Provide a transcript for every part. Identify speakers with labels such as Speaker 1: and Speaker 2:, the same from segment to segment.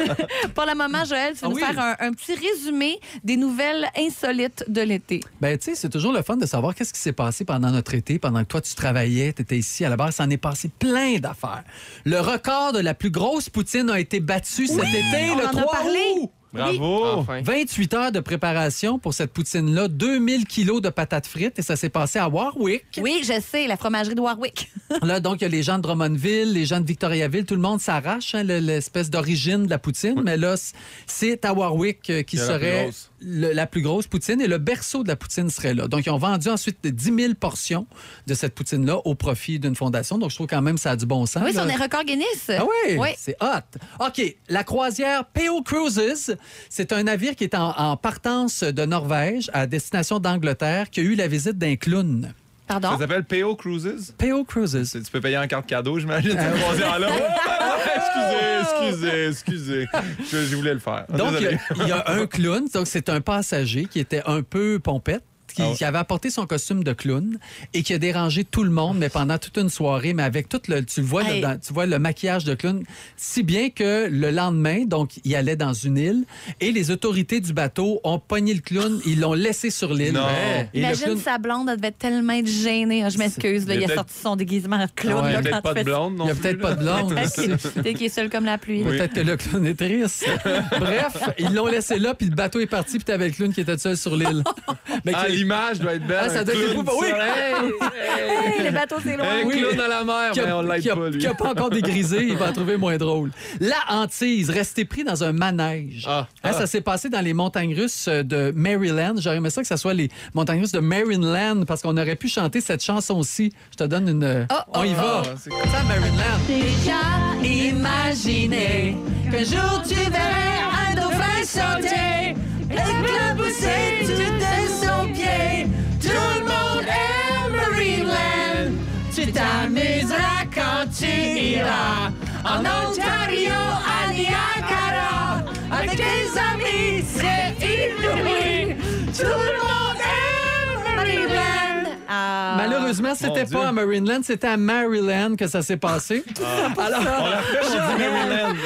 Speaker 1: Pour le moment, Joël, tu vas
Speaker 2: Ah
Speaker 1: nous
Speaker 2: oui.
Speaker 1: faire un, un petit résumé des nouvelles insolites de l'été.
Speaker 2: Ben, tu sais, c'est toujours le fun de savoir qu'est-ce qui s'est passé pendant notre été, pendant que toi, tu travaillais, tu étais ici. À la base, ça en est passé plein d'affaires. Le record de la plus grosse poutine a été battu cet été,
Speaker 1: on
Speaker 2: le
Speaker 1: en a
Speaker 2: 3
Speaker 1: parlé.
Speaker 2: août.
Speaker 3: Bravo!
Speaker 2: 28 heures de préparation pour cette poutine-là, 2000 kilos de patates frites et ça s'est passé à Warwick.
Speaker 1: Oui, je sais, la fromagerie de Warwick.
Speaker 2: Là, donc, il y a les gens de Drummondville, les gens de Victoriaville, tout le monde s'arrache, hein, le- l'espèce d'origine de la poutine. Mais là, c- c'est à Warwick euh,
Speaker 3: Il
Speaker 2: qui
Speaker 3: y a la plus
Speaker 2: serait
Speaker 3: grosse.
Speaker 2: le- la plus grosse poutine et le berceau de la poutine serait là. Donc, ils ont vendu ensuite 10 000 portions de cette poutine-là au profit d'une fondation. Donc, je trouve quand même ça a du bon sens.
Speaker 1: Oui, c'est
Speaker 2: là.
Speaker 1: un record Guinness.
Speaker 2: Ah oui,
Speaker 1: Oui.
Speaker 2: c'est hot. OK, la croisière PO Cruises, c'est un navire qui est en, en partance de Norvège à destination d'Angleterre qui a eu la visite d'un clown.
Speaker 1: Pardon?
Speaker 3: Ça s'appelle PO Cruises.
Speaker 2: PO Cruises.
Speaker 3: C'est- Tu peux payer en carte cadeau, j'imagine.
Speaker 2: Ah
Speaker 3: Tu vas croiser en là. Oh, Ah, excusez, excusez, excusez. Je, je voulais le faire.
Speaker 2: Donc, il y,
Speaker 3: Ah, Désolé.
Speaker 2: a- il y a un clown. Donc, c'est un passager qui était un peu pompette. Qui,
Speaker 3: Ah ouais.
Speaker 2: qui avait apporté son costume de clown et qui a dérangé tout le monde, mais pendant toute une soirée, mais avec tout le, tu le vois, là,
Speaker 1: Hey.
Speaker 2: dans- tu vois le maquillage de clown, si bien que le lendemain, donc, il allait dans une île et les autorités du bateau ont pogné le clown, ils l'ont laissé sur l'île.
Speaker 3: Non.
Speaker 2: Et le
Speaker 1: Imagine
Speaker 2: clown-
Speaker 1: sa blonde, elle devait tellement être gênée. Ah, Je m'excuse, là,
Speaker 3: Il y
Speaker 1: il
Speaker 3: a
Speaker 1: a
Speaker 3: peut-être-
Speaker 1: sorti son déguisement de
Speaker 3: Il
Speaker 1: clown.
Speaker 3: y a
Speaker 1: là,
Speaker 3: peut-être
Speaker 1: quand
Speaker 3: pas de
Speaker 1: tu fais-
Speaker 3: blonde non
Speaker 2: Il n'y a peut-être
Speaker 3: plus,
Speaker 2: pas de blonde.
Speaker 1: Peut-être qu'il est seul comme la pluie.
Speaker 2: Peut-être que le clown est triste. Bref, ils l'ont laissé là, puis le bateau est parti, puis t'avais le clown qui était seul sur l'île. Mais
Speaker 3: Ah,
Speaker 2: qui-
Speaker 3: l'image doit être belle.
Speaker 2: Ah, ça
Speaker 3: un
Speaker 2: doit être
Speaker 3: clown
Speaker 2: épouvant- oui.
Speaker 3: sur- Hey, hey.
Speaker 1: Hey, le bateau, c'est loin.
Speaker 3: Un
Speaker 2: Oui.
Speaker 3: clown à la mer,
Speaker 2: qui a-
Speaker 3: mais on l'aide
Speaker 2: qui a-
Speaker 3: pas, lui.
Speaker 2: qui a pas encore dégrisé, il va la trouver moins drôle. La hantise, rester pris dans un manège.
Speaker 3: Ah,
Speaker 2: Hein, Ça s'est passé dans les montagnes russes euh, de Maryland. J'aurais aimé ça que ça soit les montagnes russes de Maryland parce qu'on aurait pu chanter cette chanson-ci. Je te donne une. euh, on y va.
Speaker 3: Ah, c'est-
Speaker 2: Ça, Maryland.
Speaker 1: Déjà imaginé qu'un jour tu verrais un dauphin sauter, le pousser tout de son pied. Tout le monde aime Maryland. Tu t'amuseras quand tu iras en Ontario à Niagara avec tes amis, c'est inouï. Tout le monde aime Maryland.
Speaker 2: Malheureusement, c'était
Speaker 3: Dieu.
Speaker 2: pas à Maryland, c'était à Maryland que ça s'est passé. Alors,
Speaker 3: Ah. On l'a fait, on dit Maryland.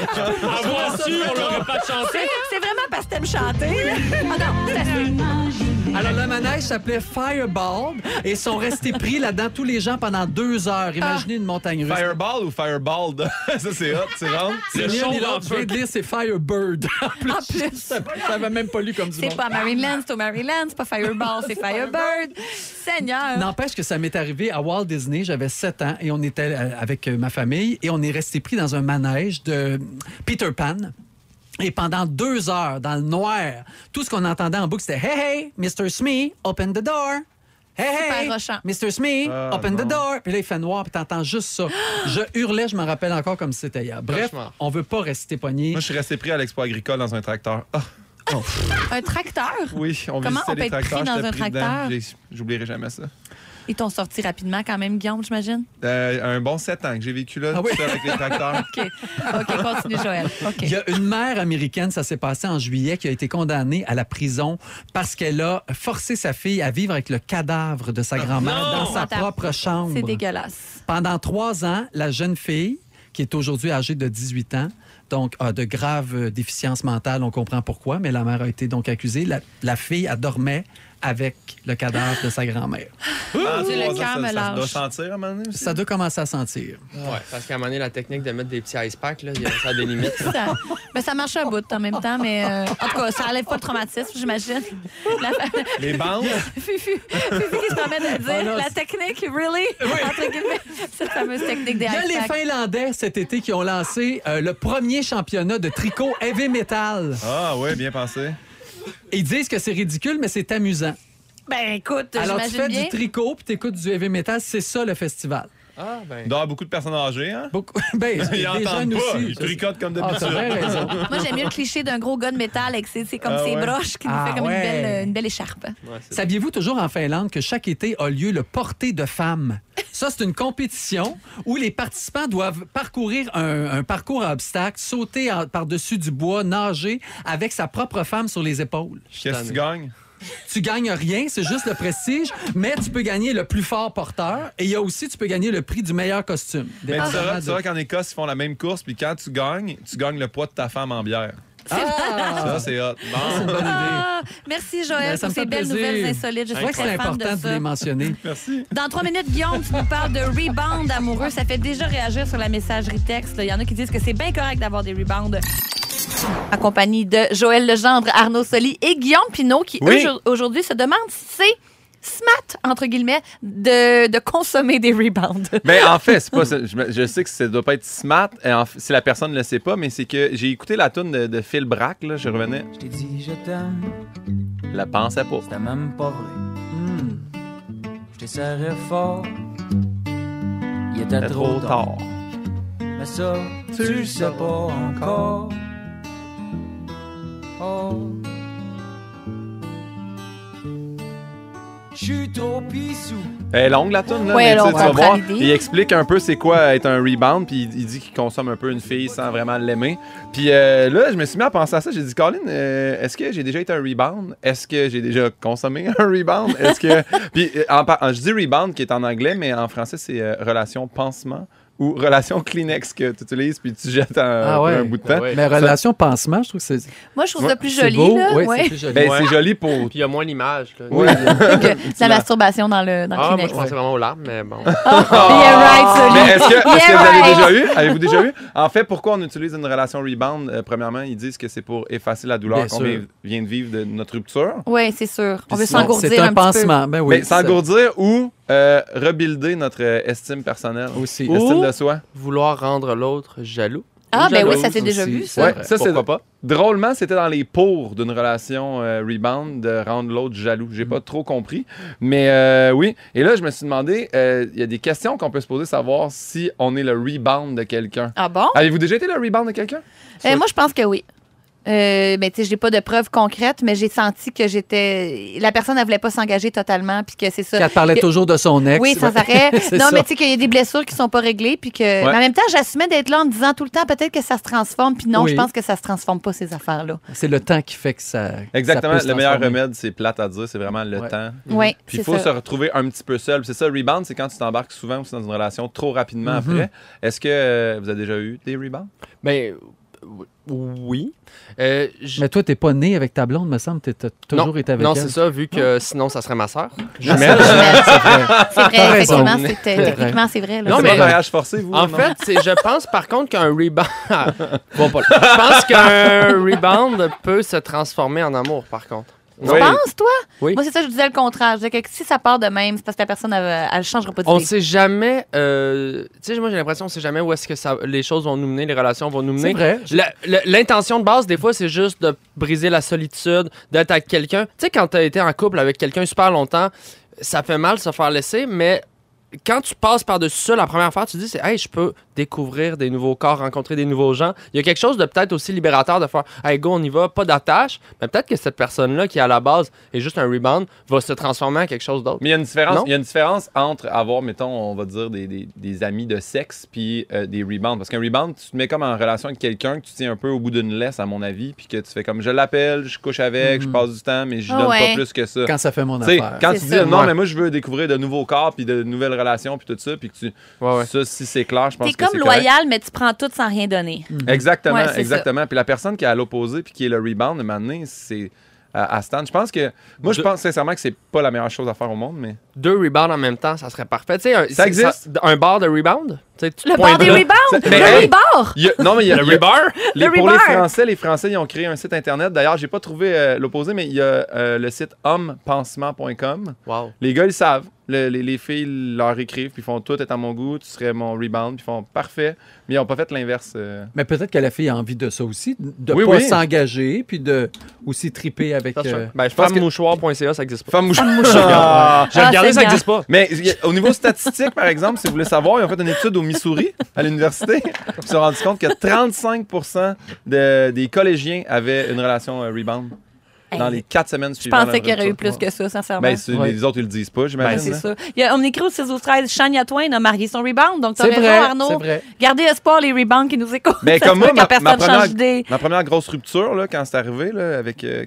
Speaker 1: Ah, C'est vraiment parce que t'aimes chanter. là. Ah non, c'est assez.
Speaker 2: Alors, le manège s'appelait Fireball et ils sont restés pris là-dedans tous les gens pendant deux heures. Imaginez une montagne russe.
Speaker 3: Fireball ou Fireball? ça, c'est hot, tu rentres.
Speaker 2: C'est chaud, je viens de lire, c'est Firebird. en plus,
Speaker 1: En plus.
Speaker 2: ça n'avait même pas lu comme du
Speaker 1: C'est
Speaker 2: monde.
Speaker 1: pas Maryland, c'est au Maryland, c'est pas Fireball, c'est Firebird. Seigneur.
Speaker 2: N'empêche que ça m'est arrivé à Walt Disney, j'avais 7 ans et on était euh, avec euh, ma famille et on est resté pris dans un manège de Peter Pan. Et pendant deux heures, dans le noir, tout ce qu'on entendait en boucle, c'était Hey, hey, Mr. Smee, open the door. Hey, hey,
Speaker 1: Super rochant.
Speaker 2: Mr. Smee,
Speaker 3: Ah,
Speaker 2: open the
Speaker 3: non.
Speaker 2: door. Puis là, il fait noir, puis t'entends juste ça. Je hurlais, je me rappelle encore comme si c'était hier. Bref,
Speaker 3: Cauchemar.
Speaker 2: on veut pas rester pogné.
Speaker 3: Moi, je suis resté pris à l'expo agricole dans un tracteur. Ah,
Speaker 1: Un tracteur.
Speaker 3: oui, on
Speaker 1: Comment
Speaker 3: visitait
Speaker 1: on peut
Speaker 3: les
Speaker 1: être pris
Speaker 3: tracteurs.
Speaker 1: dans
Speaker 3: j'étais
Speaker 1: un
Speaker 3: dedans.
Speaker 1: tracteur?
Speaker 3: J'ai- J'oublierai jamais ça.
Speaker 1: Ils t'ont sorti rapidement quand même, Guillaume, j'imagine.
Speaker 3: Euh, un bon 7 ans que j'ai vécu là,
Speaker 2: Ah oui?
Speaker 3: tout seul avec les tracteurs.
Speaker 1: OK. OK, continue, Joël. OK.
Speaker 2: Il y a une mère américaine, ça s'est passé en juillet, qui a été condamnée à la prison parce qu'elle a forcé sa fille à vivre avec le cadavre de sa grand-mère dans sa
Speaker 1: Ah. Attends.
Speaker 2: propre chambre.
Speaker 1: C'est dégueulasse.
Speaker 2: Pendant trois ans, la jeune fille, qui est aujourd'hui âgée de 18 ans, donc a de graves euh, déficiences mentales, on comprend pourquoi, mais la mère a été donc accusée. La, la fille, elle dormait avec le cadavre de sa grand-mère.
Speaker 1: Tu sais, le
Speaker 3: Trois ans,
Speaker 1: cœur
Speaker 3: ça-
Speaker 1: me
Speaker 3: ça
Speaker 1: lâche.
Speaker 3: doit sentir à un moment donné aussi.
Speaker 2: Ça doit commencer à sentir.
Speaker 4: Ouais, parce qu'à un moment donné, la technique de mettre des petits ice packs, là, il y a- ça a des limites.
Speaker 1: Ça, ben, ça marche à bout en même temps, mais euh, en tout cas, ça enlève pas le traumatisme, j'imagine. La,
Speaker 3: Les bandes,
Speaker 1: Fufu, Fufu qui se permet de dire
Speaker 2: Oh non,
Speaker 1: la
Speaker 2: c'est-
Speaker 1: technique, really? Entre guillemets, cette fameuse technique des
Speaker 2: Il y a
Speaker 1: ice
Speaker 2: les
Speaker 1: packs.
Speaker 2: Finlandais cet été qui ont lancé euh, le premier championnat de tricot heavy metal.
Speaker 3: Ah ouais, bien pensé.
Speaker 2: Ils disent que c'est ridicule, mais c'est amusant.
Speaker 1: Ben écoute,
Speaker 2: Alors, tu
Speaker 1: j'imagine
Speaker 2: fais
Speaker 1: bien.
Speaker 2: du tricot puis t'écoutes du heavy metal, c'est ça le festival.
Speaker 4: Ah, ben.
Speaker 3: Il doit y avoir beaucoup de personnes âgées, hein?
Speaker 2: Beaucoup... Ben,
Speaker 3: Ils
Speaker 2: des
Speaker 3: entendent
Speaker 2: jeunes
Speaker 3: pas,
Speaker 2: aussi.
Speaker 3: ils tricotent comme
Speaker 2: Ah,
Speaker 3: d'habitude.
Speaker 2: t'as bien raison.
Speaker 1: Moi, j'aime mieux le cliché d'un gros gars de métal avec ses, ses- comme
Speaker 3: Ah
Speaker 1: ses
Speaker 3: ouais.
Speaker 1: broches qui nous
Speaker 2: Ah
Speaker 1: fait comme une,
Speaker 2: ouais.
Speaker 1: belle, euh, une belle écharpe.
Speaker 4: ouais, c'est-
Speaker 2: Saviez-vous toujours en Finlande que chaque été a lieu le porté de femmes? Ça, c'est une compétition où les participants doivent parcourir un, un parcours à obstacles, sauter en- par-dessus du bois, nager avec sa propre femme sur les épaules.
Speaker 3: Qu'est-ce que tu gagnes?
Speaker 2: Tu gagnes rien, c'est juste le prestige, mais tu peux gagner le plus fort porteur et il y a aussi, tu peux gagner le prix du meilleur costume.
Speaker 3: Mais tu
Speaker 2: Dépendamment
Speaker 3: sauras,
Speaker 2: de-
Speaker 3: tu sauras qu'en Écosse, ils font la même course, puis quand tu gagnes, tu gagnes le poids de ta femme en bière. Ça, c'est hot.
Speaker 2: C'est une bonne idée.
Speaker 1: Ah, merci Joël
Speaker 2: Ben, ça
Speaker 1: pour
Speaker 2: me
Speaker 1: ces
Speaker 2: fait
Speaker 1: belles
Speaker 2: plaisir.
Speaker 1: nouvelles insolites. Je suis
Speaker 2: Je crois que c'est
Speaker 1: très fan de
Speaker 2: important de,
Speaker 1: ça.
Speaker 2: les mentionner.
Speaker 3: Merci.
Speaker 1: Dans trois minutes, Guillaume, tu nous parles de rebound amoureux. Ça fait déjà réagir sur la messagerie texte. là. Il y en a qui disent que c'est bien correct d'avoir des rebounds. En compagnie de Joël Legendre, Arnaud Soli et Guillaume Pinault, qui
Speaker 3: Oui.
Speaker 1: eux, aujourd'hui se demandent si c'est smart, entre guillemets, de, de consommer des rebounds.
Speaker 3: Mais en fait, c'est pas ça. je, me- je sais que ça doit pas être smart et en f- si la personne ne le sait pas, mais c'est que j'ai écouté la tune de, de Phil Brack, là, je revenais,
Speaker 5: Je t'ai dit je t'aime,
Speaker 3: je la pensais pas.
Speaker 5: t'as même pas vrai.
Speaker 2: Hmm.
Speaker 5: Je t'ai serré fort, il était
Speaker 3: C'était
Speaker 5: trop tard. Mais ça, tu le sais pas encore. Oh. Je suis trop pissou.
Speaker 3: Elle est longue la tune là,
Speaker 1: Ouais,
Speaker 3: mais
Speaker 1: là,
Speaker 3: tu
Speaker 1: on
Speaker 3: sais, tu vas
Speaker 1: comprend
Speaker 3: voir,
Speaker 1: l'idée.
Speaker 3: il explique un peu c'est quoi être un rebound, puis il, il dit qu'il consomme un peu une fille sans vraiment l'aimer. Puis euh, là, je me suis mis à penser à ça, j'ai dit Colin, euh, est-ce que j'ai déjà été un rebound Est-ce que j'ai déjà consommé un rebound Est-ce que Puis euh, en par- en- je dis rebound qui est en anglais, mais en français c'est euh, relation pansement ou relation Kleenex que tu utilises puis tu jettes un,
Speaker 2: Ah ouais.
Speaker 3: un bout de temps.
Speaker 4: Ouais.
Speaker 2: Mais relation pansement, je trouve que c'est
Speaker 1: Moi, je trouve ça plus
Speaker 2: c'est
Speaker 1: joli.
Speaker 2: beau.
Speaker 1: là.
Speaker 2: Oui,
Speaker 1: Ouais.
Speaker 2: c'est plus joli.
Speaker 3: Ben,
Speaker 4: Ouais.
Speaker 3: c'est joli pour
Speaker 4: Puis il y a moins l'image. Là.
Speaker 3: Ouais.
Speaker 1: Que la masturbation dans le, dans le
Speaker 4: Ah, moi,
Speaker 1: Kleenex.
Speaker 4: Ah, je pensais vraiment aux larmes, mais bon.
Speaker 1: Yeah, right, Soli.
Speaker 3: Ah. Mais est-ce que, est-ce que
Speaker 1: Yeah,
Speaker 3: vous avez
Speaker 1: right.
Speaker 3: déjà eu? Avez-vous déjà eu? En fait, pourquoi on utilise une relation rebound? Euh, premièrement, ils disent que c'est pour effacer la douleur
Speaker 2: Bien
Speaker 3: qu'on
Speaker 2: sûr.
Speaker 3: vient, vient de vivre de notre rupture.
Speaker 1: Oui, c'est sûr. On veut
Speaker 3: sinon,
Speaker 2: C'est
Speaker 1: s'engourdir
Speaker 2: un,
Speaker 1: un, petit peu.
Speaker 2: pansement. Ben oui,
Speaker 3: Mais s'engourdir ou euh, rebuilder notre euh, estime personnelle.
Speaker 2: Aussi.
Speaker 3: Estime
Speaker 4: Ou-
Speaker 3: de soi.
Speaker 4: Vouloir rendre l'autre jaloux.
Speaker 1: Ah, ben oui,
Speaker 4: Jalouse
Speaker 1: ça s'est déjà
Speaker 2: aussi.
Speaker 1: vu, ça.
Speaker 3: Ouais,
Speaker 4: vrai.
Speaker 3: ça, c'est-
Speaker 4: Pourquoi pas?
Speaker 3: Drôlement, c'était dans les pours d'une relation euh, rebound de rendre l'autre jaloux. J'ai pas trop compris, mais euh, oui. Et là, je me suis demandé, euh, il y a des questions qu'on peut se poser, savoir si on est le rebound de quelqu'un.
Speaker 1: Ah bon?
Speaker 3: Avez-vous déjà été le rebound de quelqu'un?
Speaker 1: Euh, moi, je pense que oui. Euh, ben, tu sais, j'ai pas de preuves concrètes, mais j'ai senti que j'étais. La personne, elle voulait pas s'engager totalement, puis que c'est ça.
Speaker 2: Elle parlait
Speaker 1: Que-
Speaker 2: toujours de son ex.
Speaker 1: Oui, sans arrêt.
Speaker 2: C'est
Speaker 1: non,
Speaker 2: ça.
Speaker 1: mais tu sais qu'il y a des blessures qui sont pas réglées, puis que. Mais en même temps, j'assumais d'être là en me disant tout le temps, peut-être que ça se transforme, puis non,
Speaker 2: Oui.
Speaker 1: je pense que ça se transforme pas, ces affaires-là.
Speaker 2: C'est le temps qui fait que ça. que ça
Speaker 3: Exactement.
Speaker 2: peut se
Speaker 3: Le meilleur
Speaker 2: transformer.
Speaker 3: remède, c'est plate à dire, c'est vraiment le
Speaker 2: Ouais.
Speaker 3: temps.
Speaker 1: Oui,
Speaker 3: Mhm.
Speaker 1: c'est
Speaker 3: Puis il faut se
Speaker 1: ça.
Speaker 3: retrouver un petit peu seul. Puis C'est ça, le rebound, c'est quand tu t'embarques souvent aussi dans une relation trop rapidement
Speaker 2: Mhm.
Speaker 3: après. Est-ce que euh, vous avez déjà eu des rebounds?
Speaker 4: Ben, euh, oui. Euh, je-
Speaker 2: Mais toi, t'es pas né avec ta blonde, me semble. T'es t'as toujours
Speaker 4: non,
Speaker 2: été avec
Speaker 4: Non,
Speaker 2: elle.
Speaker 4: c'est ça, vu que sinon, ça serait ma sœur.
Speaker 3: Jumelles?
Speaker 1: C'est vrai,
Speaker 2: T'as raison.
Speaker 1: effectivement, c'est-
Speaker 2: vrai.
Speaker 1: techniquement, c'est vrai. là.
Speaker 4: Non,
Speaker 3: Non,
Speaker 4: mais-
Speaker 3: mais. mariage forcé, vous?
Speaker 4: En
Speaker 3: non?
Speaker 4: fait, c'est- je pense par contre qu'un rebound. Bon, Paul. Je pense qu'un rebound peut se transformer en amour, par contre.
Speaker 1: Tu
Speaker 3: Oui.
Speaker 1: penses, toi?
Speaker 4: Oui.
Speaker 1: Moi, c'est ça, je disais le contraire. Je disais que si ça part de même, c'est parce que la personne, elle, elle changera pas
Speaker 4: On
Speaker 1: d'idée.
Speaker 4: sait jamais. euh, tu sais, moi, j'ai l'impression qu'on sait jamais où est-ce que ça, les choses vont nous mener, les relations vont nous
Speaker 2: C'est
Speaker 4: mener.
Speaker 2: vrai.
Speaker 4: La- la- L'intention de base, des fois, c'est juste de briser la solitude, d'être avec quelqu'un. Tu sais, quand t'as été en couple avec quelqu'un super longtemps, ça fait mal de se faire laisser, mais quand tu passes par-dessus ça, la première fois, tu dis, c'est, hey, je peux découvrir des nouveaux corps, rencontrer des nouveaux gens. Il y a quelque chose de peut-être aussi libérateur de faire, hey, go, on y va, pas d'attache, mais peut-être que cette personne-là, qui à la base est juste un rebound, va se transformer en quelque chose d'autre.
Speaker 3: Mais il y a une différence.
Speaker 4: Non?
Speaker 3: Il y a une différence entre avoir, mettons, on va dire des, des- des amis de sexe puis euh, des rebounds. Parce qu'un rebound, tu te mets comme en relation avec quelqu'un que tu tiens un peu au bout d'une laisse, à mon avis, puis que tu fais comme je l'appelle, je couche avec, je
Speaker 2: Mhm.
Speaker 3: passe du temps, mais je
Speaker 1: Ah
Speaker 3: donne
Speaker 1: ouais.
Speaker 3: pas plus que ça.
Speaker 2: Quand ça fait mon
Speaker 3: Tu sais,
Speaker 2: affaire.
Speaker 3: quand tu
Speaker 1: C'est
Speaker 3: dis
Speaker 1: ça.
Speaker 3: non,
Speaker 4: Ouais.
Speaker 3: mais moi je veux découvrir de nouveaux corps puis de nouvelles relations puis tout ça, puis que tu.
Speaker 4: Ouais, ouais.
Speaker 3: Ça, si c'est clair, je pense
Speaker 1: T'es
Speaker 3: que c'est
Speaker 1: comme
Speaker 3: correct.
Speaker 1: loyal, mais tu prends tout sans rien donner.
Speaker 3: Mm. Exactement,
Speaker 1: Ouais, c'est
Speaker 3: exactement. Puis la personne qui est à l'opposé puis qui est le rebound, de c'est. à, à Stan. Je pense que. Moi, je
Speaker 4: De-
Speaker 3: pense sincèrement que c'est pas la meilleure chose à faire au monde, mais.
Speaker 4: Deux rebounds en même temps, ça serait parfait. Tu sais, un-
Speaker 3: Ça
Speaker 4: c'est-
Speaker 3: existe?
Speaker 4: Un bar de rebound? Tu sais, tu
Speaker 1: Le
Speaker 4: pointes
Speaker 1: bar des
Speaker 4: là.
Speaker 1: rebounds!
Speaker 3: C'est-
Speaker 1: Le
Speaker 3: Mais hey!
Speaker 1: rebord!
Speaker 3: Il y a- non, mais il y a. il y
Speaker 4: Le
Speaker 3: a-
Speaker 4: rebar?
Speaker 3: les-
Speaker 1: Le
Speaker 3: pour les
Speaker 1: rebar.
Speaker 3: Français, les Français, ils ont créé un site internet. D'ailleurs, j'ai pas trouvé euh, l'opposé, mais il y a euh, le site hommepensement.com.
Speaker 4: Wow.
Speaker 3: Les gars, ils savent. Le- les, les filles leur écrivent, puis font tout est à mon goût, tu serais mon rebound, puis font parfait. Mais ils n'ont pas fait l'inverse. euh.
Speaker 2: Mais peut-être que la fille a envie de ça aussi, de
Speaker 3: Oui,
Speaker 2: pas
Speaker 3: oui.
Speaker 2: s'engager, puis de aussi triper avec.
Speaker 4: Ça, je-
Speaker 2: euh,
Speaker 4: Ben, je pense que mouchoir.ca, ça existe pas.
Speaker 3: Femme mouchard.
Speaker 4: J'ai
Speaker 1: Ah,
Speaker 4: regardé, ça
Speaker 1: Seigneur.
Speaker 4: existe pas.
Speaker 3: Mais il y a- au niveau statistique, par exemple, si vous voulez savoir, ils ont fait une étude au Missouri, à l'université. puis Ils se sont rendus compte que 35 de- des collégiens avaient une relation euh, rebound dans
Speaker 1: Hey,
Speaker 3: les quatre semaines
Speaker 1: Je
Speaker 3: suivantes.
Speaker 1: pensais qu'il y aurait eu plus que ça, sincèrement.
Speaker 3: Ben, c'est-
Speaker 2: Ouais.
Speaker 3: Les autres, ils le disent pas,
Speaker 1: Ouais,
Speaker 3: j'imagine.
Speaker 1: c'est
Speaker 3: là.
Speaker 1: ça. Il y a, on me écrit au 6 13, Shania Twain a marié son rebound. Donc, t'as
Speaker 2: C'est
Speaker 1: raison,
Speaker 2: vrai, c'est
Speaker 1: Arnaud.
Speaker 2: vrai.
Speaker 1: Gardez espoir, les rebounds qui nous écoutent.
Speaker 3: Mais
Speaker 1: Ça
Speaker 3: comme
Speaker 1: se peut
Speaker 3: moi,
Speaker 1: que la
Speaker 3: ma- ma
Speaker 1: personne
Speaker 3: première-
Speaker 1: change d'idée.
Speaker 3: Ma première grosse rupture, là, quand c'est arrivé là, avec euh,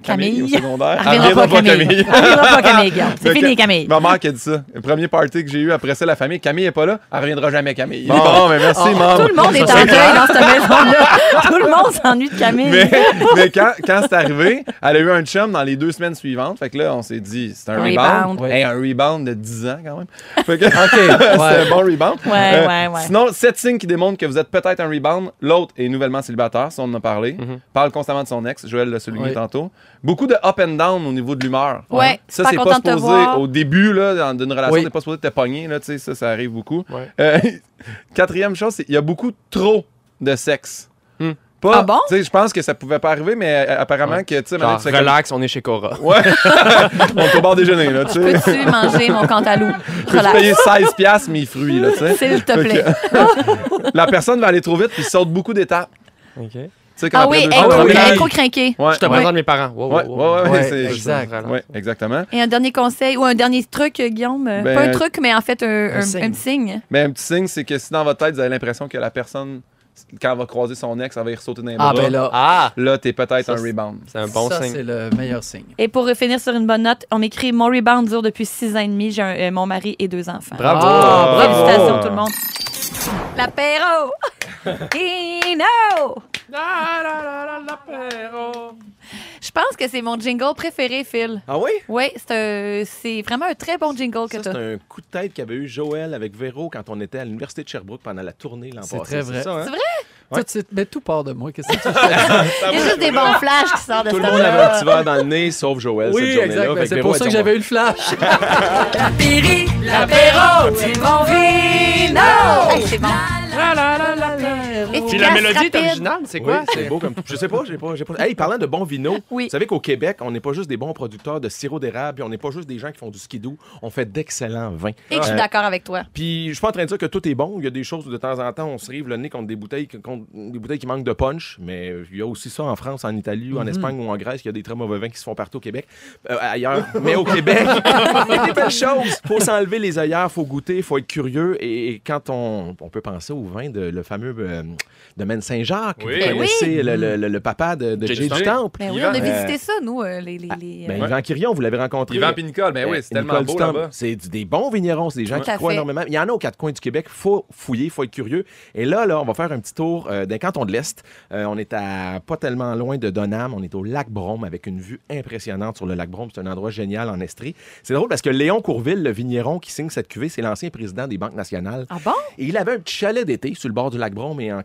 Speaker 1: Camille.
Speaker 3: Camille,
Speaker 1: Ah,
Speaker 3: au secondaire.
Speaker 1: Elle reviendra
Speaker 3: Elle reviendra
Speaker 1: pas, Camille. Ah, Elle reviendra pas, Camille. Guillaume. C'est
Speaker 3: Le
Speaker 1: fini,
Speaker 3: ca-
Speaker 1: Camille.
Speaker 3: Ma mère qui a dit ça. Le premier party que j'ai eu après ça, la famille, Camille n'est pas là, elle reviendra jamais, Camille. Ah.
Speaker 4: Bon.
Speaker 3: mais merci, maman.
Speaker 1: Tout le monde est en deuil dans cette maison-là. Tout le monde s'ennuie de Camille.
Speaker 3: Mais, mais quand, quand c'est arrivé, elle a eu un chum dans les deux semaines suivantes. Fait que là, on s'est dit, c'est un
Speaker 1: Un
Speaker 3: rebound.
Speaker 1: rebound.
Speaker 3: Hey, un rebound de 10 ans quand même. Fait que- c'est
Speaker 2: OK,
Speaker 3: un
Speaker 2: ouais.
Speaker 3: bon rebound. Euh,
Speaker 1: Ouais, ouais, ouais.
Speaker 3: Sinon, sept signes qui démontrent que vous êtes peut-être un rebound. L'autre est nouvellement célibataire, si on en a parlé. Parle constamment de son ex, Joël l'a souligné
Speaker 2: Oui.
Speaker 3: tantôt. Beaucoup de up and down au niveau de l'humeur.
Speaker 1: Ouais,
Speaker 3: Ça,
Speaker 1: pas
Speaker 3: c'est pas
Speaker 1: content de te
Speaker 3: supposé
Speaker 1: voir.
Speaker 3: au début là, dans- d'une relation,
Speaker 2: Oui.
Speaker 3: t'es pas supposé te pogner. Là, tu sais, ça, ça arrive beaucoup.
Speaker 4: Ouais.
Speaker 3: Euh, quatrième chose, c'est qu'il y a beaucoup trop de sexe.
Speaker 4: Hmm.
Speaker 3: Pas,
Speaker 1: Ah bon?
Speaker 3: tu sais, Je pense que ça pouvait pas arriver, mais euh, apparemment
Speaker 4: Ouais.
Speaker 3: que, tu sais, maintenant,
Speaker 4: Genre,
Speaker 3: tu fais comme-
Speaker 4: relax, on est chez Cora.
Speaker 3: on est au bord déjeuner, là, tu sais.
Speaker 1: Peux-tu manger mon cantalou?
Speaker 3: Peux-tu
Speaker 1: Relax.
Speaker 3: payer 16 piastres mes fruits, là, tu sais.
Speaker 1: S'il te
Speaker 3: Fait que-
Speaker 1: plaît.
Speaker 3: La personne va aller trop vite puis saute beaucoup d'étapes. Tu sais, comme
Speaker 1: Ah
Speaker 3: après
Speaker 1: oui,
Speaker 3: deux
Speaker 1: elle est
Speaker 3: jours,
Speaker 1: trop-
Speaker 3: ouais,
Speaker 1: elle est trop crinquée.
Speaker 3: ouais,
Speaker 4: Je te
Speaker 3: ouais,
Speaker 4: présente mes parents. Wow, wow,
Speaker 3: Ouais,
Speaker 4: wow.
Speaker 3: ouais, ouais,
Speaker 2: Ouais,
Speaker 3: c'est-
Speaker 2: exact.
Speaker 4: Relax.
Speaker 3: Ouais, exactement.
Speaker 1: Et un dernier conseil ou un dernier truc, euh, Guillaume? euh,
Speaker 3: Ben,
Speaker 1: Pas un truc, mais en fait, un, un-
Speaker 2: signe.
Speaker 1: un petit signe.
Speaker 3: Mais un petit signe, c'est que si dans votre tête, vous avez l'impression que la personne, quand elle va croiser son ex, elle va y ressauter dans les bras.
Speaker 2: Ah, ben là.
Speaker 4: Ah,
Speaker 3: Là, t'es peut-être
Speaker 4: Ça,
Speaker 3: un
Speaker 4: c'est-
Speaker 3: rebound.
Speaker 4: c'est un bon
Speaker 2: ça,
Speaker 4: signe.
Speaker 2: c'est le meilleur signe.
Speaker 1: Et pour euh, finir sur une bonne note, on m'écrit Mon rebound dure depuis six ans et demi. J'ai un- euh, mon mari et deux enfants.
Speaker 4: Bravo.
Speaker 2: Ah,
Speaker 3: bravo.
Speaker 1: Félicitations, tout le monde. L'apéro! Dino! Je pense que c'est mon jingle préféré, Phil.
Speaker 6: Ah oui?
Speaker 1: Oui, c'est un- c'est vraiment un très bon jingle que
Speaker 6: Ça,
Speaker 1: tu
Speaker 6: c'est un coup de tête qu'avait eu Joël avec Véro quand on était à l'Université de Sherbrooke pendant la tournée l'an
Speaker 2: C'est
Speaker 6: passé.
Speaker 2: très vrai.
Speaker 6: ça, hein?
Speaker 1: C'est
Speaker 2: Toi, tu sais- mais tout part de moi. Qu'est-ce que tu
Speaker 1: Il y a juste des bons flashs qui sortent de
Speaker 6: Tout
Speaker 1: cette
Speaker 6: le monde avait un petit verre dans le nez, sauf Joël,
Speaker 2: Oui,
Speaker 6: cette journée-là.
Speaker 2: exact.
Speaker 6: Fait
Speaker 2: Ben,
Speaker 6: que
Speaker 2: C'est
Speaker 6: Véro
Speaker 2: pour ça
Speaker 6: était
Speaker 2: que
Speaker 6: comme,
Speaker 2: j'avais eu le flash.
Speaker 1: L'apéro, c'est bon vino! c'est bon. Efficace,
Speaker 4: Puis la mélodie est
Speaker 1: rapide.
Speaker 4: originale, c'est
Speaker 6: Oui,
Speaker 4: quoi?
Speaker 6: c'est beau comme. Je sais pas, j'ai pas, j'ai pas. Hey, parlant de bons vinos,
Speaker 1: Oui.
Speaker 6: vous savez qu'au Québec, on n'est pas juste des bons producteurs de sirop d'érable, puis on n'est pas juste des gens qui font du skidoo, on fait d'excellents vins.
Speaker 1: Et que je suis
Speaker 6: Euh,
Speaker 1: d'accord avec toi.
Speaker 6: Puis je suis pas en train de dire que tout est bon. Il y a des choses où de temps en temps, on se rive le nez contre des bouteilles, qui- contre des bouteilles qui manquent de punch. Mais euh, il y a aussi ça en France, en Italie, ou en Espagne ou en Grèce. Il y a des très mauvais vins qui se font partout au Québec, Euh, ailleurs. mais au Québec, il y a des belles choses. Faut s'enlever les œillères, faut goûter, faut être curieux. Et, et quand on, on peut penser au vin de le fameux euh, domaine Saint-Jacques,
Speaker 4: Oui.
Speaker 3: Eh
Speaker 6: vous
Speaker 1: Ben oui.
Speaker 6: connaissez le, le- le- le papa de, de
Speaker 4: Jay
Speaker 6: Jay
Speaker 4: du
Speaker 6: du Temple.
Speaker 1: Ben oui,
Speaker 3: Yvan,
Speaker 1: on a
Speaker 3: euh,
Speaker 1: visité ça, nous, euh, les. les, les-
Speaker 6: Ben,
Speaker 3: Ouais.
Speaker 6: Yvan Quirion, vous l'avez rencontré.
Speaker 3: Yvan puis Nicole, ben
Speaker 4: Eh,
Speaker 3: oui, c'est
Speaker 6: Euh,
Speaker 3: tellement
Speaker 6: Nicole
Speaker 3: beau
Speaker 6: Stamp,
Speaker 3: là-bas.
Speaker 6: C'est du- des bons vignerons, c'est des gens
Speaker 1: Tout
Speaker 6: qui
Speaker 1: à
Speaker 6: croient
Speaker 1: fait.
Speaker 6: énormément. Il y en a aux quatre coins du Québec. faut fouiller, faut être curieux. Et là, là on va faire un petit tour euh, d'un canton de l'Est. Euh, on est à pas tellement loin de Donham. On est au lac Brome avec une vue impressionnante sur le lac Brome. C'est un endroit génial en Estrie. C'est drôle parce que Léon Courville, le vigneron qui signe cette cuvée, c'est l'ancien président des banques nationales.
Speaker 1: Ah bon?
Speaker 6: Et il avait un petit chalet d'été sur le bord du lac Brome. Et en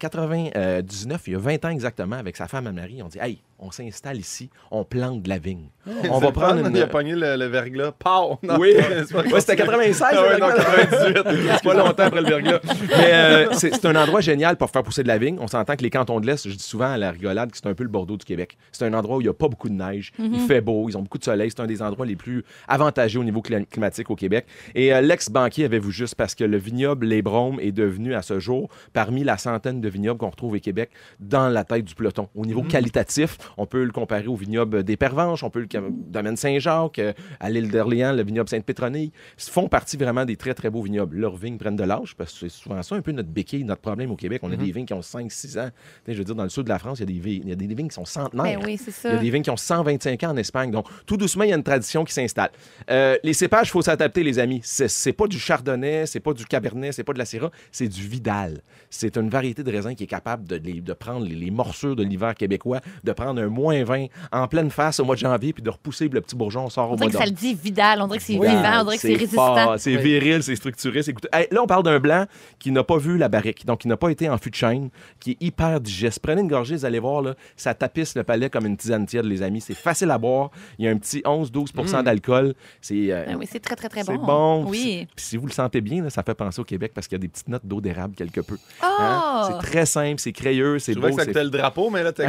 Speaker 6: 99, il y a 20 ans exactement, avec sa femme Anne-Marie, on dit Hey, on s'installe ici, on plante de la vigne.
Speaker 3: Oh.
Speaker 6: On va prendre une.
Speaker 3: Il a pogné le, le verglas. Pow! Non,
Speaker 6: Oui,
Speaker 3: c'est pas-
Speaker 6: Ouais, c'était 96.
Speaker 3: Ah ouais,
Speaker 6: le
Speaker 3: non,
Speaker 6: verglas.
Speaker 3: 98.
Speaker 6: C'est pas longtemps après le verglas. Mais euh, c'est c'est un endroit génial pour faire pousser de la vigne. On s'entend que les cantons de l'Est, je dis souvent à la rigolade que c'est un peu le Bordeaux du Québec. C'est un endroit où il n'y a pas beaucoup de neige. Il fait beau, ils ont beaucoup de soleil. C'est un des endroits les plus avantagés au niveau clim- climatique au Québec. Et euh, l'ex-banquier avez-vous juste parce que le vignoble Les Bromes est devenu à ce jour parmi la centaine de vignobles qu'on retrouve au Québec dans la tête du peloton. Au niveau qualitatif, on peut le comparer au vignoble des Pervenches, on peut le ca- domaine Saint-Jacques, euh, à l'île d'Orléans, le vignoble Sainte-Pétronille. Ils font partie vraiment des très, très beaux vignobles. Leurs vignes prennent de l'âge parce que c'est souvent ça un peu notre béquille, notre problème au Québec. On a des vignes qui ont 5-6 ans. Tu sais, Je veux dire, dans le sud de la France, il y a des, vi- il y a des vignes qui sont centenaires.
Speaker 1: Ben oui, c'est ça.
Speaker 6: Il y a des vignes qui ont 125 ans en Espagne. Donc, tout doucement, il y a une tradition qui s'installe. Euh, les cépages, il faut s'adapter, les amis. C'est- C'est pas du chardonnay, c'est pas du cabernet, c'est pas de la syrah, c'est du vidal. C'est une variété de raisin qui est capable de, les- de prendre les, les morsures de l'hiver québécois, de prendre un moins 20 en pleine face au mois de janvier, puis de repousser puis le petit bourgeon sort
Speaker 1: On
Speaker 6: au
Speaker 1: dirait
Speaker 6: mois
Speaker 1: que ça le
Speaker 6: d'août.
Speaker 1: dit vidal, on dirait que c'est
Speaker 6: Oui.
Speaker 1: vivant, on dirait que c'est résistant.
Speaker 6: fort, C'est viril, c'est structuré. c'est goûteux. Hey, là, on parle d'un blanc qui n'a pas vu la barrique, donc qui n'a pas été en fût de chaîne, qui est hyper digeste. Prenez une gorgée, vous allez voir, là, ça tapisse le palais comme une tisane tiède, les amis. C'est facile à boire. Il y a un petit 11-12 d'alcool. C'est euh,
Speaker 1: Mm. Ben oui, c'est très, très, très bon.
Speaker 6: c'est bon.
Speaker 1: Oui.
Speaker 6: Puis si vous le sentez bien, là, ça fait penser au Québec parce qu'il y a des petites notes d'eau d'érable quelque peu. Hein?
Speaker 1: Oh!
Speaker 6: C'est très simple, c'est crayeux, c'est
Speaker 3: Je trouvais
Speaker 6: beau.
Speaker 3: que ça
Speaker 6: c'est-
Speaker 3: coûtait le drapeau, mais là, t'as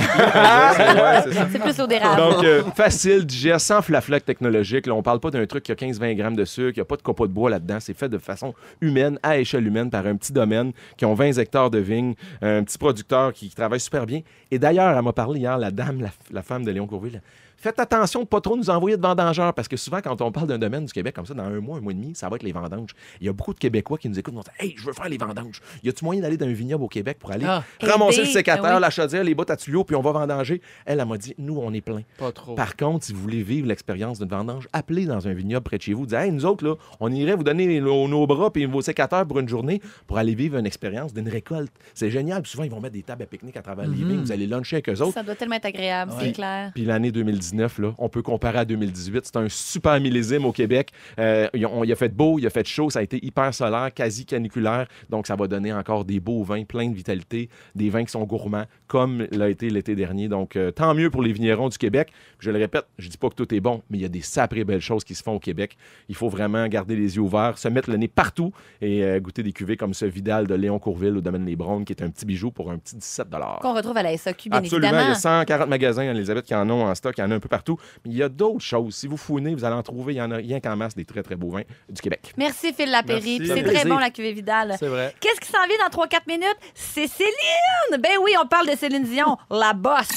Speaker 3: Ouais, c'est ça.
Speaker 1: C'est plus au dérable.
Speaker 6: Donc, euh, facile, digeste, sans flaflac technologique. Là, on parle pas d'un truc qui a 15-20 grammes de sucre, il n'y a pas de copeaux de bois là-dedans. C'est fait de façon humaine, à échelle humaine, par un petit domaine qui ont 20 hectares de vignes, un petit producteur qui, qui travaille super bien. Et d'ailleurs, elle m'a parlé hier, la dame, la, la femme de Léon Courville. Faites attention de pas trop nous envoyer de vendangeurs parce que souvent, quand on parle d'un domaine du Québec comme ça, dans un mois, un mois et demi, ça va être les vendanges. Il y a beaucoup de Québécois qui nous écoutent et nous disent Hey, je veux faire les vendanges. Y a-tu moyen d'aller dans un vignoble au Québec pour aller
Speaker 2: Ah.
Speaker 6: ramasser le
Speaker 1: Aider,
Speaker 6: sécateur,
Speaker 1: oui.
Speaker 6: la chaudière, les bottes à tuyaux, puis on va vendanger? Elle, elle m'a dit Nous, on est plein.
Speaker 4: Pas trop.
Speaker 6: Par contre, si vous voulez vivre l'expérience d'une vendange, appelez dans un vignoble près de chez vous. Dites, hey, nous autres, là, on irait vous donner nos, nos bras et vos sécateurs pour une journée pour aller vivre une expérience d'une récolte. C'est génial. Puis souvent, ils vont mettre des tables à pique-nique à travers
Speaker 4: Mhm.
Speaker 6: les vignes. Vous allez luncher avec eux autres.
Speaker 1: Ça doit tellement être agréable, c'est clair.
Speaker 6: Puis l'année 2019, là, on peut comparer à 2018. C'est un super millésime au Québec. Euh, il, a, on- il a fait beau, il a fait chaud, ça a été hyper solaire, quasi caniculaire. Donc, ça va donner encore des beaux vins, plein de vitalité, des vins qui sont gourmands, comme l'a été l'été dernier. Donc, euh, tant mieux pour les vignerons du Québec. Je le répète, je dis pas que tout est bon, mais il y a des sacrées belles choses qui se font au Québec. Il faut vraiment garder les yeux ouverts, se mettre le nez partout et euh, goûter des cuvées comme ce Vidal de Léon Courville au domaine Les Browns, qui est un petit bijou pour un petit 17
Speaker 1: Qu'on retrouve à la SAQ, bien
Speaker 6: Absolument. Il y
Speaker 1: évidemment.
Speaker 6: a 140 magasins, Elisabeth, qui en ont en stock. Il y en a un peu partout. Mais il y a d'autres choses. Si vous fournez, vous allez en trouver. Il y en a rien qu'en masse des très, très beaux vins du Québec.
Speaker 1: Merci, Phil Lapéry.
Speaker 3: Merci.
Speaker 1: Puis
Speaker 3: Ça
Speaker 1: C'est
Speaker 3: fait
Speaker 1: très
Speaker 4: plaisir.
Speaker 1: bon, la cuvée vidale.
Speaker 4: C'est vrai.
Speaker 1: Qu'est-ce qui s'en vient dans 3-4 minutes? C'est Céline! Ben oui, on parle de Céline Dion, la bosse.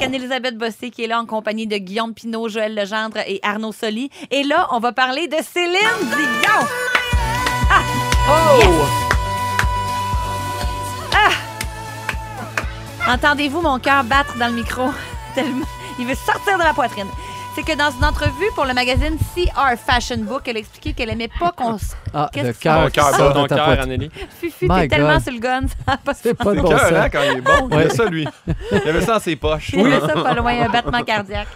Speaker 1: Anne-Elisabeth Bossé qui est là en compagnie de Guillaume Pinot, Joël Legendre et Arnaud Soli. Et là, on va parler de Céline Dion! Ah!
Speaker 2: Oh!
Speaker 1: Yes! Ah! Entendez-vous mon cœur battre dans le micro? Tellement. Il veut sortir de ma poitrine. C'est que dans une entrevue pour le magazine CR Fashion Book, elle expliquait qu'elle aimait pas qu'on se.
Speaker 2: Ah,
Speaker 1: Qu'est-ce
Speaker 2: le
Speaker 1: que-
Speaker 2: cœur
Speaker 4: Ton
Speaker 2: qui
Speaker 4: cœur,
Speaker 2: sort de
Speaker 4: bat ton
Speaker 2: ta
Speaker 4: cœur,
Speaker 2: poitrée.
Speaker 4: Anneli.
Speaker 1: Fufu,
Speaker 2: My
Speaker 1: t'es
Speaker 2: God.
Speaker 1: tellement sur le gun, ça n'a pas de
Speaker 2: C'est pas de
Speaker 3: C'est
Speaker 2: bon
Speaker 3: cœur, hein,
Speaker 2: sens.
Speaker 3: quand il est bon. Il a ça, lui. Il avait ça dans ses poches.
Speaker 1: C'est ça, pas loin, un battement cardiaque.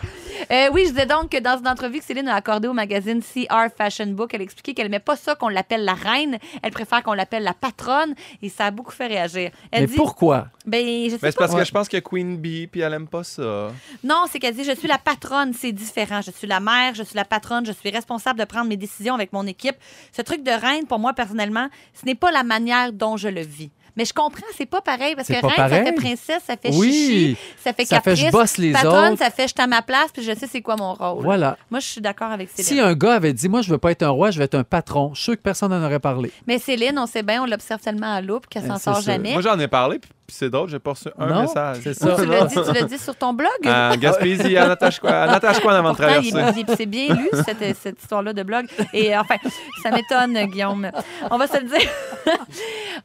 Speaker 1: Euh, oui, je disais donc que dans une entrevue que Céline a accordée au magazine CR Fashion Book, elle expliquait qu'elle n'aimait pas ça qu'on l'appelle la reine, elle préfère qu'on l'appelle la patronne, et ça a beaucoup fait réagir. Elle
Speaker 2: Mais
Speaker 1: dit,
Speaker 2: pourquoi?
Speaker 1: ben, je sais
Speaker 3: Mais c'est
Speaker 1: pas.
Speaker 3: parce que je pense que Queen Bee, puis elle aime pas ça.
Speaker 1: Hein? Non, c'est qu'elle dit, je suis la patronne, c'est différent. Je suis la mère, je suis la patronne, je suis responsable de prendre mes décisions avec mon équipe. Ce truc de reine, pour moi, personnellement, ce n'est pas la manière dont je le vis. Mais je comprends, c'est pas pareil, parce que
Speaker 2: C'est
Speaker 1: reine,
Speaker 2: pas
Speaker 1: ça fait
Speaker 2: pareil.
Speaker 1: princesse, ça fait
Speaker 2: Oui.
Speaker 1: chichi, ça fait
Speaker 2: Ça fait
Speaker 1: caprice.
Speaker 2: je bosse les
Speaker 1: patronne,
Speaker 2: autres.
Speaker 1: ça fait je t'ai à ma place, puis je sais c'est quoi mon rôle.
Speaker 2: Voilà.
Speaker 1: Moi, je suis d'accord avec Céline.
Speaker 2: Si un gars avait dit, moi, je veux pas être un roi, je veux être un patron, je suis sûr que personne n'en aurait parlé.
Speaker 1: Mais Céline, on sait bien, on l'observe tellement à loupe qu'elle s'en
Speaker 2: Eh, c'est
Speaker 1: sort
Speaker 2: ça.
Speaker 1: jamais.
Speaker 3: Moi, j'en ai parlé, puis puis c'est drôle, j'ai pas reçu un
Speaker 2: Non,
Speaker 3: message.
Speaker 2: c'est
Speaker 1: Ou
Speaker 2: ça.
Speaker 1: tu l'as dit, tu l'as dit sur ton blog.
Speaker 3: Ah, Gaspésie, elle attache quoi? Elle attache quoi avant de
Speaker 1: Pourtant, il
Speaker 3: traverser?
Speaker 1: est- il- c'est bien lu, cette, cette histoire-là de blog. Et euh, enfin, ça m'étonne, Guillaume. On va se le dire.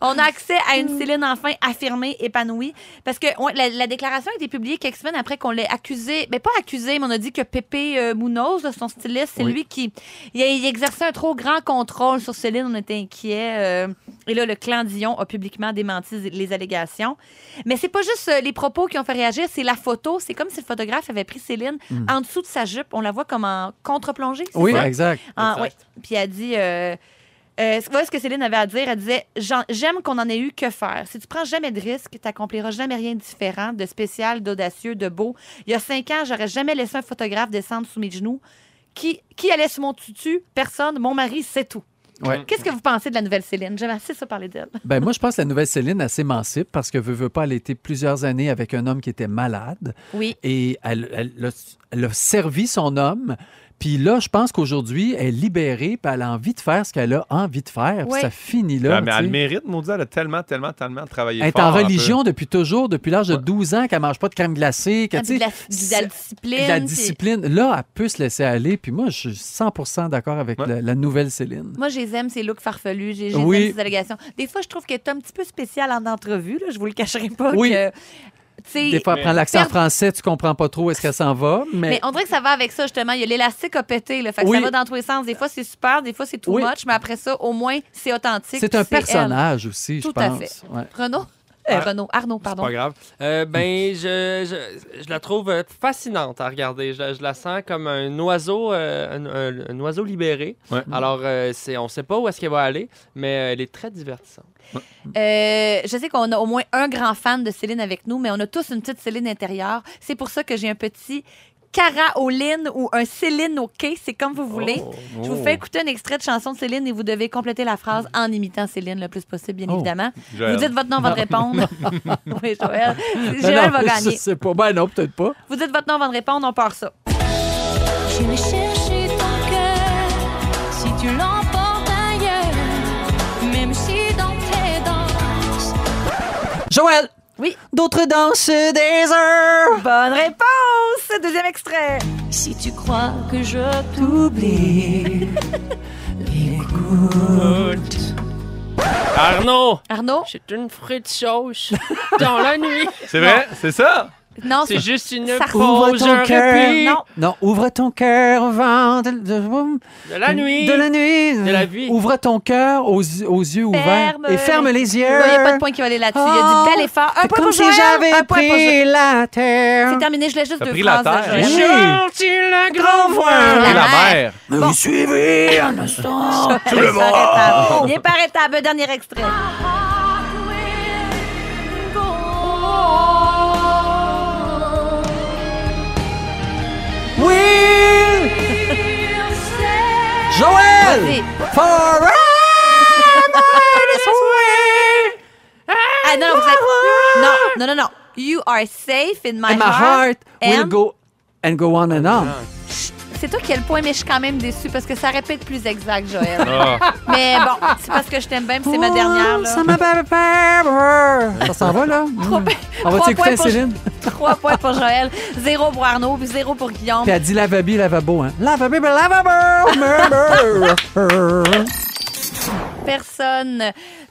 Speaker 1: on a accès à une Céline enfin affirmée, épanouie. Parce que on- la, la déclaration a été publiée quelques semaines après qu'on l'ait accusée. Mais pas accusée, mais on a dit que Pépé euh, Munoz, là, son styliste, c'est
Speaker 2: Oui.
Speaker 1: lui qui il, a- il exerçait un trop grand contrôle sur Céline. On était inquiets. euh, et là, le clan Dion a publiquement démenti les allégations. Mais c'est pas juste euh, les propos qui ont fait réagir, c'est la photo. C'est comme si le photographe avait pris Céline en dessous de sa jupe. On la voit comme en contre-plongée. c'est
Speaker 2: Oui,
Speaker 1: ça?
Speaker 2: exact.
Speaker 1: Ah,
Speaker 3: Exact.
Speaker 1: ouais. Puis elle dit. Euh, euh, voilà ce que Céline avait à dire. Elle disait J'en- J'aime qu'on en ait eu que faire. Si tu prends jamais de risques, tu n'accompliras jamais rien de différent, de spécial, d'audacieux, de beau. Il y a cinq ans, j'aurais jamais laissé un photographe descendre sous mes genoux. Qui, qui allait sur mon tutu Personne. Mon mari, c'est tout.
Speaker 2: Ouais.
Speaker 1: Qu'est-ce que vous pensez de la nouvelle Céline J'aime assez ça parler d'elle.
Speaker 2: Ben, moi, je pense que la nouvelle Céline, elle s'émancipe parce que veut, veut pas, elle a été plusieurs années avec un homme qui était malade.
Speaker 1: Oui.
Speaker 2: et elle, elle- elle a, elle a servi son homme. Puis là, je pense qu'aujourd'hui, elle est libérée, puis elle a envie de faire ce qu'elle a envie de faire. Puis
Speaker 1: Ouais.
Speaker 2: ça finit là.
Speaker 3: Ah, mais
Speaker 2: tu sais.
Speaker 3: elle le mérite, mon Dieu, elle a tellement, tellement, tellement travaillé.
Speaker 2: Elle est
Speaker 3: fort
Speaker 2: en
Speaker 3: un peu.
Speaker 2: religion depuis toujours, depuis l'âge de 12 ans, qu'elle mange pas de crème glacée. Que,
Speaker 1: Ah,
Speaker 2: tu
Speaker 1: puis
Speaker 2: sais,
Speaker 1: de la, de la
Speaker 2: c'est-
Speaker 1: discipline.
Speaker 2: la
Speaker 1: puis-
Speaker 2: discipline. Là, elle peut se laisser aller. Puis moi, je suis 100 d'accord avec
Speaker 3: Ouais.
Speaker 2: la, la nouvelle Céline.
Speaker 1: Moi, je les aime, ces looks farfelus, j'ai- je les
Speaker 2: Oui.
Speaker 1: aime, ces allégations. Des fois, je trouve qu'elle est un petit peu spéciale en entrevue, là, je vous le cacherai pas.
Speaker 2: Oui.
Speaker 1: que, tu sais,
Speaker 2: Des fois, elle prend l'accent
Speaker 1: Perdre-
Speaker 2: français, tu comprends pas trop où est-ce qu'elle s'en va. Mais,
Speaker 1: Mais on dirait que ça va avec ça, justement. Il y a l'élastique à péter, là, fait que
Speaker 2: Oui.
Speaker 1: ça va dans tous les sens. Des fois, c'est super, des fois, c'est too
Speaker 2: Oui.
Speaker 1: much, mais après ça, au moins, c'est authentique.
Speaker 2: c'est un
Speaker 1: puis elle.
Speaker 2: personnage aussi,
Speaker 1: Tout
Speaker 2: je
Speaker 1: à
Speaker 2: pense.
Speaker 1: fait.
Speaker 2: Ouais.
Speaker 1: Renaud? Euh,
Speaker 4: Ah.
Speaker 1: Renaud, Arnaud,
Speaker 4: C'est
Speaker 1: pardon.
Speaker 4: pas grave. Euh, ben, je, je, je la trouve euh, fascinante à regarder. Je, la- je la sens comme un oiseau, euh, un, un- un oiseau libéré.
Speaker 3: Ouais.
Speaker 4: Alors, euh, c'est, on sait pas où est-ce qu'elle va aller, mais euh, elle est très divertissante.
Speaker 1: Euh, je sais qu'on a au moins un grand fan de Céline avec nous, mais on a tous une petite Céline intérieure. C'est pour ça que j'ai un petit Caraoline ou un Céline au quai, c'est comme vous voulez. Je vous fais écouter un extrait de chanson de Céline et vous devez compléter la phrase en imitant Céline le plus possible, bien
Speaker 2: Oh.
Speaker 1: évidemment.
Speaker 3: Joël.
Speaker 1: Vous dites votre nom, votre répondre. oui, Joël. Joël va
Speaker 2: Je
Speaker 1: gagner.
Speaker 2: sais pas. Ben non, peut-être pas.
Speaker 1: Vous dites votre nom, votre répondre, on part ça.
Speaker 7: J'irai chercher ton cœur si tu l'emportes ailleurs, même si dans tes danses.
Speaker 2: Joël!
Speaker 1: Oui.
Speaker 2: D'autres danses des heures!
Speaker 1: Bonne réponse! Deuxième extrait.
Speaker 7: Si tu crois que je
Speaker 4: Arnaud!
Speaker 1: Arnaud?
Speaker 4: C'est une frite sauce dans la nuit.
Speaker 3: C'est vrai? Hein, C'est ça?
Speaker 1: Non, c'est
Speaker 4: C'est juste une
Speaker 1: Ça
Speaker 4: pause, un répit
Speaker 1: Oh, Non.
Speaker 2: Non, ouvre ton cœur au vent de, de-
Speaker 4: de la nuit.
Speaker 2: de la nuit.
Speaker 4: De la vie.
Speaker 2: Ouvre ton cœur aux, aux yeux ouverts.
Speaker 1: Ferme
Speaker 2: Et ferme les yeux.
Speaker 1: Il n'y a pas de point qui va aller là-dessus. Il y a du
Speaker 2: Oh,
Speaker 1: bel effort. Un
Speaker 2: C'est
Speaker 1: point
Speaker 2: comme
Speaker 1: pour
Speaker 2: si
Speaker 1: Joël, un
Speaker 2: j'avais
Speaker 1: point pour Joël.
Speaker 2: pris la terre.
Speaker 1: C'est terminé, je laisse juste
Speaker 3: T'as
Speaker 1: deux
Speaker 3: pris la
Speaker 1: phrases.
Speaker 3: terre.
Speaker 1: Joël.
Speaker 2: Oui.
Speaker 4: la grande
Speaker 1: La
Speaker 3: Et la
Speaker 1: mer.
Speaker 3: mer.
Speaker 2: Me vous suivez un instant.
Speaker 1: Il est par étapes. Il est par étapes. Un Dernier extrait.
Speaker 2: Oui! Joël!
Speaker 1: Vas-y.
Speaker 2: Forever this way.
Speaker 1: Ah non, vous êtes- non, non, non, non. You are safe in my,
Speaker 2: And my heart will
Speaker 1: and-
Speaker 2: go and go on and on.
Speaker 1: C'est toi qui as le point, mais je suis quand même déçue parce que ça aurait pu être plus exact, Joël.
Speaker 3: Ah.
Speaker 1: mais bon, c'est parce que je t'aime bien, puis c'est ma dernière. Là.
Speaker 2: Oh, Ça m'a pas- pas- pas- Ça s'en va, là? Mm. On va
Speaker 1: Trois
Speaker 2: t'écouter,
Speaker 1: points pour-
Speaker 2: Céline?
Speaker 1: Trois points pour Joël, zéro pour Arnaud, puis zéro pour Guillaume.
Speaker 2: Puis elle dit lavabo, lavabo, hein? Lavabo, lavabo!
Speaker 1: Personne,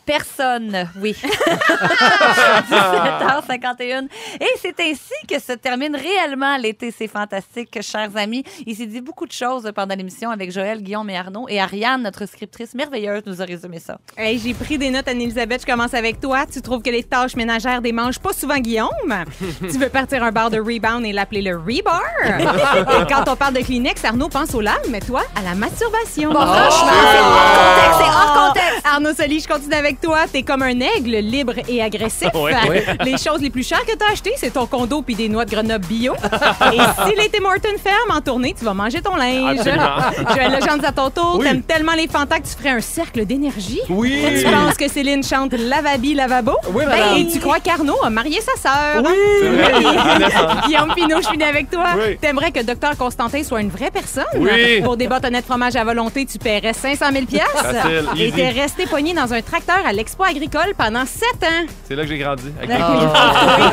Speaker 1: personne, oui. 17h51. Et c'est ainsi que se termine réellement l'été. C'est fantastique, chers amis. Il s'est dit beaucoup de choses pendant l'émission avec Joël, Guillaume et Arnaud. Et Ariane, notre scriptrice merveilleuse, nous a résumé ça.
Speaker 8: Hey, j'ai pris des notes, Anne-Elisabeth. Je commence avec toi. Tu trouves que les tâches ménagères démangent pas souvent Guillaume. tu veux partir un bar de rebound et l'appeler le rebar. et quand on parle de Kleenex, Arnaud pense aux lames, mais toi, à la masturbation.
Speaker 1: Franchement, c'est hors contexte, c'est hors contexte.
Speaker 8: Arnaud Soli, je continue avec toi. T'es comme un aigle, libre et agressif. Euh, Les choses les plus chères que t'as achetées, c'est ton condo puis des noix de Grenoble bio. et si les Tim Hortons ferme en tournée, tu vas manger ton linge.
Speaker 4: Absolument.
Speaker 8: Joël Legendre, à ton tour.
Speaker 3: Oui.
Speaker 8: T'aimes tellement les fantas que tu ferais un cercle d'énergie.
Speaker 3: Oui!
Speaker 8: Tu penses que Céline chante Lavabi Lavabo?
Speaker 3: Oui, madame.
Speaker 8: Ben, Et tu crois qu'Arnaud a marié sa sœur?
Speaker 3: C'est vrai.
Speaker 8: Guillaume Pinot, je finis avec toi.
Speaker 3: Oui.
Speaker 8: T'aimerais que Docteur Constantin soit une vraie personne? hein?
Speaker 3: Oui.
Speaker 8: Pour des bâtonnets de fromage à volonté, tu paierais 500 000
Speaker 3: Facile,
Speaker 8: Et
Speaker 3: easy.
Speaker 8: t'es resté poigné dans un tracteur à l'expo agricole pendant 7 ans.
Speaker 3: C'est là que j'ai grandi. avec
Speaker 1: Oh.
Speaker 3: des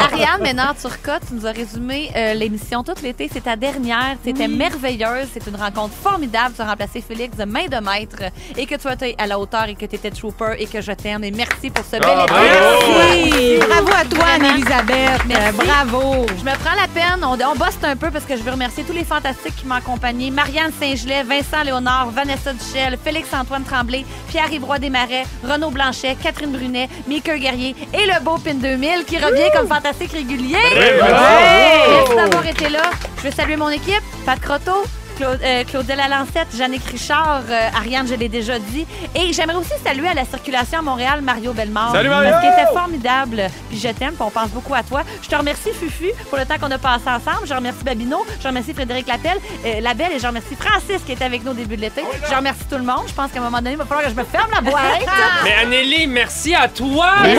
Speaker 1: Ariane Ménard-Turcotte, tu nous as résumé euh, l'émission tout l'été. C'est ta dernière. C'était merveilleuse. C'est une rencontre formidable. Tu as remplacé Félix de main de maître et que tu as été à la hauteur et que tu étais trooper et que je t'aime. Et merci pour ce bel
Speaker 3: Ah,
Speaker 1: été.
Speaker 3: bravo!
Speaker 8: Oui. Bravo à toi,
Speaker 1: Vraiment.
Speaker 8: Anne-Elisabeth.
Speaker 1: Merci.
Speaker 8: Bravo.
Speaker 1: Je me prends la peine, on, on bosse un peu parce que je veux remercier tous les fantastiques qui m'ont accompagné. Marianne Saint-Gelais, Vincent Léonard, Vanessa Duchel, Félix-Antoine Tremblay, Pierre-Yves Roy Desmarais, Renaud Blanchet, Catherine Brunet, Mika Guerrier et le beau Pin 2000 qui revient comme fantastique régulier. Merci d'avoir été là. Je veux saluer mon équipe, Pat Croteau, Claude, euh, Claudel Alancette, Jannick Richard, euh, Ariane, je l'ai déjà dit. Et j'aimerais aussi saluer à la circulation à Montréal, Mario Bellemare.
Speaker 3: Salut, Mario!
Speaker 1: Parce qu'il était formidable. Puis je t'aime, puis on pense beaucoup à toi. Je te remercie, Fufu, pour le temps qu'on a passé ensemble. Je remercie Babino, je remercie Frédéric Lapelle, euh, Labelle, et je remercie Francis qui était avec nous au début de l'été.
Speaker 3: Oh
Speaker 1: Je remercie tout le monde. Je pense qu'à un moment donné, il va falloir que je me ferme la boîte.
Speaker 4: Mais Anneli, merci à toi!
Speaker 2: On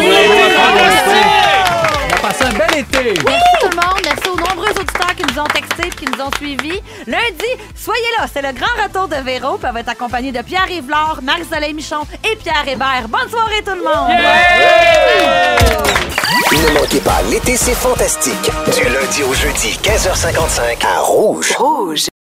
Speaker 2: a passé un bel été!
Speaker 1: Merci tout le monde. Merci aux nombreux auditeurs qui nous ont textés et qui nous ont suivis. Lundi, soyez là. C'est le grand retour de Véro. Puis elle va être accompagnée de Pierre Yvelore, Marie-Soleil Michon et Pierre Hébert. Bonne soirée tout le monde.
Speaker 9: Ne manquez pas, l'été, c'est fantastique. Du lundi au jeudi, 15h55, à Rouge. Rouge.